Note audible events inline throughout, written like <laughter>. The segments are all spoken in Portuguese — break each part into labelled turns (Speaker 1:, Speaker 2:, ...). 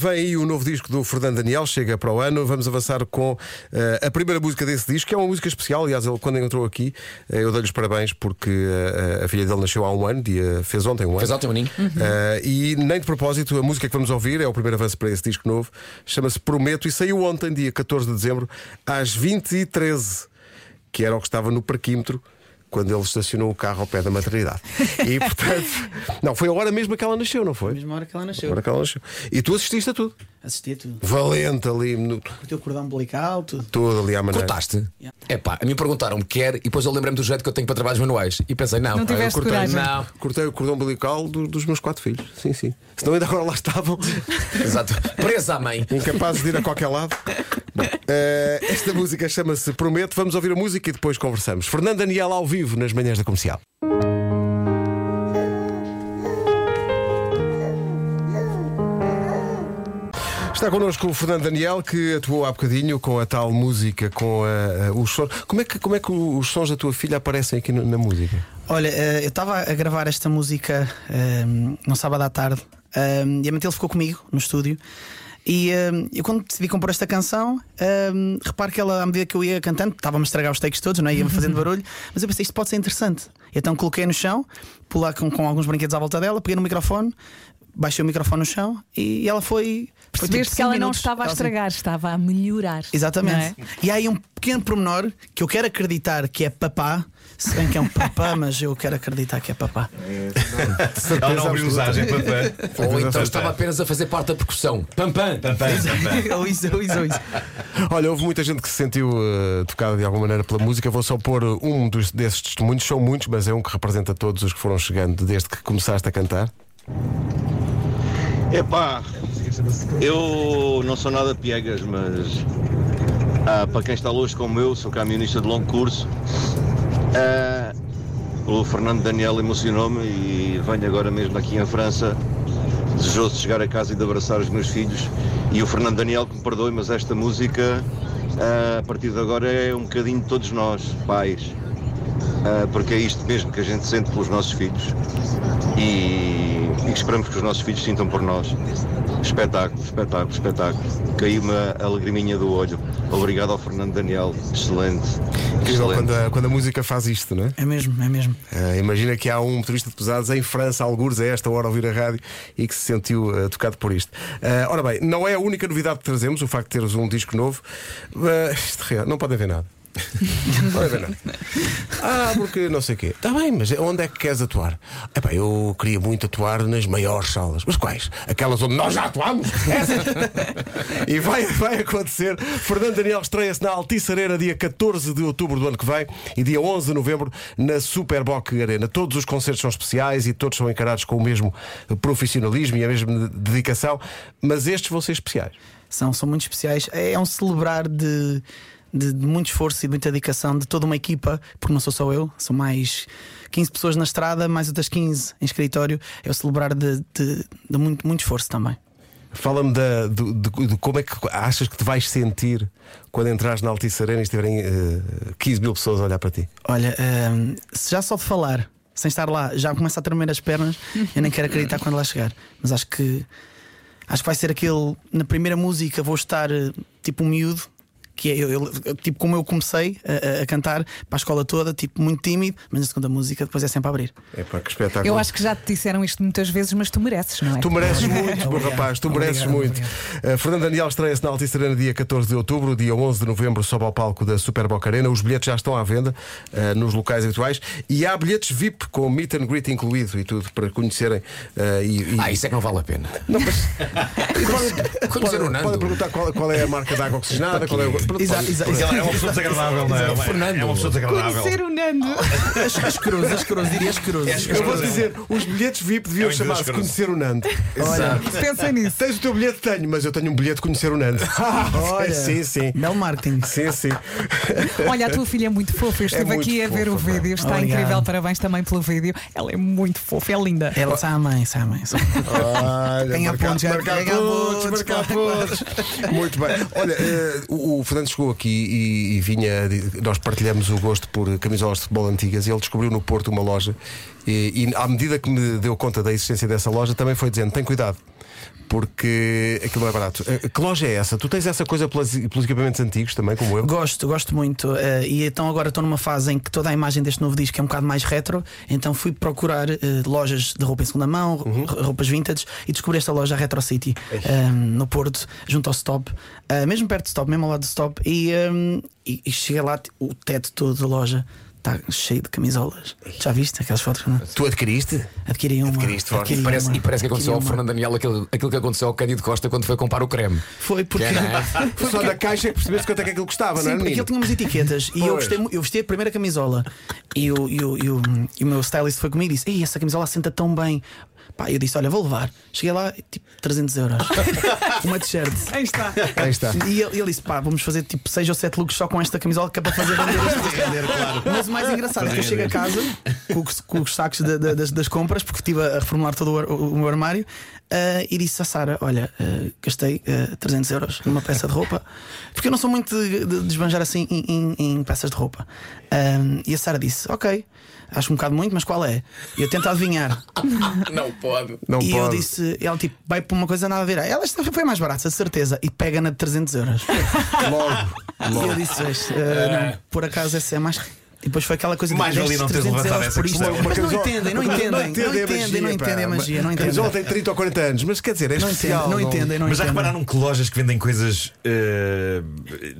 Speaker 1: Vem aí o novo disco do Fernando Daniel, chega para o ano. Vamos avançar com eh, a primeira música desse disco, que é uma música especial. Aliás, ele quando entrou aqui, eh, eu dei-lhe os parabéns porque eh, a filha dele nasceu há um ano, dia, fez ontem um ano.
Speaker 2: Fez ontem um aninho.
Speaker 1: Eh, e nem de propósito, a música que vamos ouvir é o primeiro avanço para esse disco novo, chama-se Prometo e saiu ontem, dia 14 de dezembro, às 20h13, que era o que estava no parquímetro. Quando ele estacionou o carro ao pé da maternidade. E portanto. Não, foi a hora mesmo que ela nasceu, não foi?
Speaker 3: mesma hora que ela nasceu.
Speaker 1: Agora que ela nasceu. E tu assististe a tudo.
Speaker 3: Assisti a tudo.
Speaker 1: Valente ali, no,
Speaker 3: O teu cordão umbilical, tudo.
Speaker 1: todo ali à maneira.
Speaker 2: Cortaste? É pá, a mim perguntaram-me quer e depois eu lembrei-me do jeito que eu tenho para trabalhos manuais. E pensei, não,
Speaker 4: Não
Speaker 2: pá, eu
Speaker 4: tiveste
Speaker 2: cortei.
Speaker 4: coragem.
Speaker 2: Não,
Speaker 1: Cortei o cordão umbilical do- dos meus quatro filhos. Sim, sim. Senão ainda agora lá estavam,
Speaker 2: exato. Presa à mãe.
Speaker 1: incapazes de ir a qualquer lado. Bom, eh, esta música chama-se Prometo. Vamos ouvir a música e depois conversamos. Fernando Daniel ao vivo nas manhãs da comercial. Está connosco o Fernando Daniel, que atuou há bocadinho com a tal música, com a- a- os sons. Como é, que, como é que os sons da tua filha aparecem aqui no- na música?
Speaker 3: Olha, eh, eu estava a gravar esta música eh, num sábado à tarde eh, e a Matilde ficou comigo no estúdio. E eh, eu, quando decidi compor esta canção, eh, reparo que ela, à medida que eu ia cantando, estava-me a estragar os takes todos, não é? ia-me fazendo barulho, mas eu pensei, isto pode ser interessante. Então coloquei no chão, pular com, com alguns brinquedos à volta dela, peguei no microfone, baixei o microfone no chão e ela foi. foi tipo
Speaker 4: Percebeste que
Speaker 3: cinco
Speaker 4: ela não
Speaker 3: minutos,
Speaker 4: estava a
Speaker 3: ela assim,
Speaker 4: estragar, estava a melhorar.
Speaker 3: <laughs> Exatamente.
Speaker 4: Não é?
Speaker 3: E há aí um pequeno pormenor que eu quero acreditar que é papá, se bem que é um
Speaker 4: <laughs>
Speaker 3: papá, mas eu quero acreditar que é papá.
Speaker 5: Ela não abriu usagem, é. papá.
Speaker 2: Ou então estava apenas a fazer parte da percussão. Pam, pam.
Speaker 3: ou isso, ou isso, ou isso.
Speaker 1: Olha, houve muita gente que se sentiu eh, tocada de alguma maneira pela música. Vou só pôr eh, um dos, desses testemunhos, são muitos, mas é um que representa todos os que foram chegando desde que começaste a cantar.
Speaker 6: Epá, eu não sou nada piegas, mas ah, para quem está longe como eu, sou camionista de longo curso, ah, o Fernando Daniel emocionou-me e venho agora mesmo aqui em França, desejoso de chegar a casa e de abraçar os meus filhos. E o Fernando Daniel, que me perdoe, mas esta música ah, a partir de agora é um bocadinho de todos nós, pais, Ah, porque é isto mesmo que a gente sente pelos nossos filhos e, e que esperamos que os nossos filhos sintam por nós. Espetáculo, espetáculo, espetáculo. Caiu-me a lagriminha do olho. Obrigado ao Fernando Daniel. Excelente.
Speaker 1: Incrível
Speaker 6: Excelente.
Speaker 1: quando a, quando a música faz isto, não é?
Speaker 3: É mesmo, é mesmo.
Speaker 1: Eh, imagina que há um motorista de pesados em França, algures a esta hora a ouvir a rádio e que se sentiu eh, tocado por isto. Eh, ora bem, não é a única novidade que trazemos, o facto de teres um disco novo. Eh, isto real, não podem ver nada. <laughs> não podem ver nada. Ah, porque não sei o quê. Está bem, mas onde é que queres atuar? Epá, eu queria muito atuar nas maiores salas. Mas quais? Aquelas onde nós já atuámos? Essas? e vai, vai acontecer. Fernando Daniel estreia-se na Altice Arena dia 14 de outubro do ano que vem e dia 11 de novembro na Superboc Arena. Todos os concertos são especiais e todos são encarados com o mesmo profissionalismo e a mesma dedicação, mas estes vão ser especiais.
Speaker 3: São, são muito especiais. É é um celebrar de, de, de muito esforço e de muita dedicação de toda uma equipa, porque não sou só eu, são mais 15 pessoas na estrada, mais outras 15 em escritório. É o celebrar de, de, de muito, muito esforço também.
Speaker 1: Fala-me da- do- de, de como é que achas que te vais sentir quando entrares na Altice Arena e estiverem eh, 15 mil pessoas a olhar para ti.
Speaker 3: Olha, hum, se já só de falar, sem estar lá, já começa a tremer as pernas, eu nem quero acreditar quando lá chegar. Mas acho que acho que vai ser aquele. Na primeira música vou estar eh, tipo um miúdo, que é eu, eu- eu- tipo como eu comecei a, a- a cantar para a escola toda, tipo muito tímido, mas na segunda música depois é sempre a abrir.
Speaker 1: É para que espetáculo.
Speaker 4: Eu acho que já te disseram isto muitas vezes, mas tu mereces, não é?
Speaker 1: Tu mereces muito, meu
Speaker 3: Obrigado.
Speaker 1: rapaz, tu mereces
Speaker 3: Obrigado,
Speaker 1: muito. Eh, Fernando Daniel estreia-se na Altice Arena dia 14 de outubro, dia 11 de novembro, sobe ao palco da Super Boca Arena. Os bilhetes já estão à venda eh, nos locais habituais e há bilhetes VIP com meet and greet incluído e tudo para conhecerem. eh, e, e-
Speaker 2: Ah, isso é que não vale a pena. <laughs> Conhecer o
Speaker 1: Podem podem
Speaker 2: Nando.
Speaker 1: perguntar qual, qual é a marca da água oxigenada, qual é o.
Speaker 3: Exato, exato.
Speaker 5: Ela é uma pessoa desagradável, não é?
Speaker 2: Fernando.
Speaker 5: É uma pessoa desagradável.
Speaker 4: Conhecer o Nando.
Speaker 3: As, as cruzes, as cruzes, diria as cruzes.
Speaker 1: Eu vou dizer, os bilhetes VIP deviam
Speaker 5: É um
Speaker 1: chamar-se
Speaker 5: Deus
Speaker 1: Conhecer o Nando.
Speaker 4: Pensa nisso.
Speaker 1: Tens o teu bilhete? Tenho, mas eu tenho um bilhete de Conhecer o Nando.
Speaker 3: Olha,
Speaker 1: sim, sim.
Speaker 3: Belo marketing.
Speaker 1: Sim, sim.
Speaker 4: Olha, a tua filha é muito fofa. Eu estive
Speaker 1: muito
Speaker 4: aqui a ver o
Speaker 1: fofa, pá.
Speaker 4: vídeo, está
Speaker 3: Obrigado.
Speaker 4: incrível. Parabéns também pelo vídeo. Ela é muito fofa, é linda.
Speaker 3: Ela sai à mãe, sai à mãe. sai à mãe.
Speaker 1: Olha,
Speaker 3: Ganha
Speaker 1: marcar-
Speaker 3: pontos,
Speaker 1: marcar
Speaker 3: ganha
Speaker 1: pontos,
Speaker 3: pontos,
Speaker 1: marcar
Speaker 3: claro.
Speaker 1: pontos. Muito bem. Olha, eh, o, o Fernando chegou aqui e, e vinha. de- Nós partilhamos o gosto por camisolas de futebol antigas e ele descobriu no Porto uma loja. E, e à medida que me deu conta da existência dessa loja, também foi dizendo: tem cuidado. Porque aquilo não é barato. Eh, Que loja é essa? Tu tens essa coisa pelas- pelos equipamentos antigos também, como eu?
Speaker 3: Gosto, gosto muito. eh, e então agora estou numa fase em que toda a imagem deste novo disco é um bocado mais retro. Então fui procurar eh, lojas de roupa em segunda mão,
Speaker 2: Uhum.
Speaker 3: ro- roupas vintage, e descobri esta loja a Retro City, eh, no Porto, junto ao Stop, eh, mesmo perto do Stop, mesmo ao lado do Stop. E, eh, e, e cheguei lá, t- o teto todo da loja está cheio de camisolas. Já viste aquelas fotos? Não? é?
Speaker 2: Tu adquiriste?
Speaker 3: Adquiri uma.
Speaker 1: Adquiriste, Vasco.
Speaker 3: adquiri
Speaker 2: E parece,
Speaker 3: uma,
Speaker 2: e parece que
Speaker 3: adquiri
Speaker 2: aconteceu ao
Speaker 3: uma.
Speaker 2: Fernando Daniel aquilo, aquilo que aconteceu ao Cândido Costa quando foi comprar o creme.
Speaker 3: Foi porque.
Speaker 2: Que era-
Speaker 1: Foi só da caixa que percebeste quanto é que aquilo custava, não
Speaker 3: Sim,
Speaker 1: é,
Speaker 3: porque
Speaker 1: menino?
Speaker 3: ele tinha umas etiquetas e eu,
Speaker 1: Pois.
Speaker 3: gostei, mu- eu vesti a primeira camisola e o, e o, e o, e o meu stylist foi comigo e disse: Ei, essa camisola senta tão bem. Pá, eu disse: Olha, vou levar. Cheguei lá, tipo 300 euros. <laughs> Uma t-shirt.
Speaker 4: Aí está.
Speaker 1: Aí está.
Speaker 3: <laughs> E ele, ele disse: pá, vamos fazer tipo 6 ou 7 looks só com esta camisola que é para
Speaker 1: <laughs>
Speaker 3: fazer render este render, claro. Mas o mais engraçado é que eu chego a casa com, os- com os sacos da- da- das, das compras, porque estive a reformular todo o, ar- o meu armário, ah, e disse à Sara: olha, ah, gastei ah, 300 euros numa peça de roupa, porque eu não sou muito de, de, de esbanjar assim em, em- em peças de roupa. Ah, e a Sara disse: ok, acho um bocado muito, mas qual é? E eu tento adivinhar
Speaker 2: <laughs> Não pode.
Speaker 1: Não
Speaker 3: e eu
Speaker 1: pode.
Speaker 3: disse, ela tipo, vai para uma coisa nada a ver. Ela esta foi mais barata, de certeza, e pega na de 300 euros. Logo. E eu disse, "Pois, eh, não, por acaso essa é mais. E depois foi aquela coisa de
Speaker 5: Mais valia não
Speaker 3: 300
Speaker 5: teres levantado
Speaker 3: euros
Speaker 5: essa
Speaker 3: por isto.
Speaker 5: questão.
Speaker 3: Mas não
Speaker 1: é camisola-
Speaker 3: entendem, não entendem. Não entendem, não
Speaker 1: pá.
Speaker 3: entendem a magia. Não entendem.
Speaker 1: Camisola tem 30 ou 40 anos, mas quer dizer, é
Speaker 3: Não
Speaker 1: especial.
Speaker 3: entendem, não entendem, não
Speaker 5: Mas já
Speaker 3: entendem.
Speaker 5: repararam que lojas que vendem coisas eh,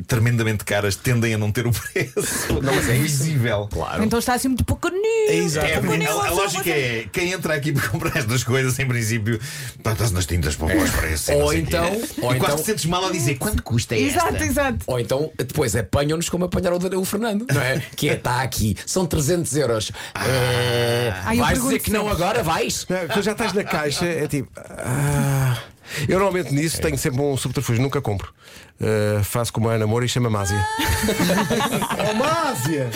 Speaker 5: tremendamente caras tendem a não ter o <laughs> preço? Não, mas é invisível. Claro.
Speaker 4: Então está assim muito pequenino.
Speaker 3: É, exato.
Speaker 5: É,
Speaker 4: Pequenino,
Speaker 5: a, a
Speaker 4: assim,
Speaker 5: lógica
Speaker 4: uma coisa-
Speaker 5: é quem entra aqui para comprar estas coisas, em princípio, pá, estás nas tintas para os preços. e não
Speaker 2: Ou
Speaker 5: sei o quê.
Speaker 2: então-
Speaker 5: E
Speaker 2: ou
Speaker 5: quase
Speaker 2: então-
Speaker 5: te sentes mal a dizer quanto custa
Speaker 4: Exato,
Speaker 5: esta?
Speaker 4: exato.
Speaker 2: é Ou então depois apanham-nos como apanharam o Daniel Fernando, não é? Que é, está aqui, são 300 euros. É,
Speaker 4: Ah. Ai, eu
Speaker 2: vais
Speaker 4: pergunto
Speaker 2: dizer que não
Speaker 4: sempre.
Speaker 2: agora, vais?
Speaker 1: Não, Quando já estás na caixa, é tipo. ah. Eu normalmente nisso tenho sempre um subterfúgio, nunca compro. Ah, faço como a Ana Moura e chama Másia. oh, Másia!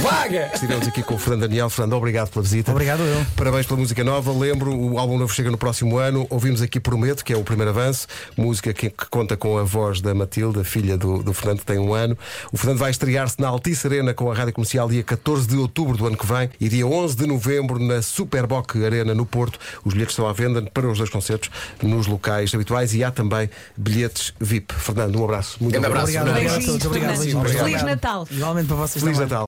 Speaker 2: Vaga!
Speaker 1: Estivemos aqui com o Fernando Daniel. Fernando, obrigado pela visita.
Speaker 3: Obrigado, eu.
Speaker 1: Parabéns pela música nova. Lembro, o álbum novo chega no próximo ano. Ouvimos aqui Prometo, que é o primeiro avanço. Música que, que conta com a voz da Matilda, filha do, do Fernando, que tem um ano. O Fernando vai estrear-se na Altice Arena com a Rádio Comercial dia 14 de outubro do ano que vem e dia 11 de novembro na Superboc Arena no Porto. Os bilhetes estão à venda para os dois concertos nos locais habituais e há também bilhetes VIP. VIP. Fernando, um abraço. Muito
Speaker 2: Grande abraço.
Speaker 3: Obrigado, obrigado a
Speaker 4: Beijinhos,
Speaker 3: todos. Obrigado,
Speaker 4: Fernando.
Speaker 3: beijinhos.
Speaker 4: Feliz
Speaker 3: Obrigado.
Speaker 4: Natal.
Speaker 3: Igualmente para vocês
Speaker 1: Feliz
Speaker 3: também.
Speaker 1: Natal.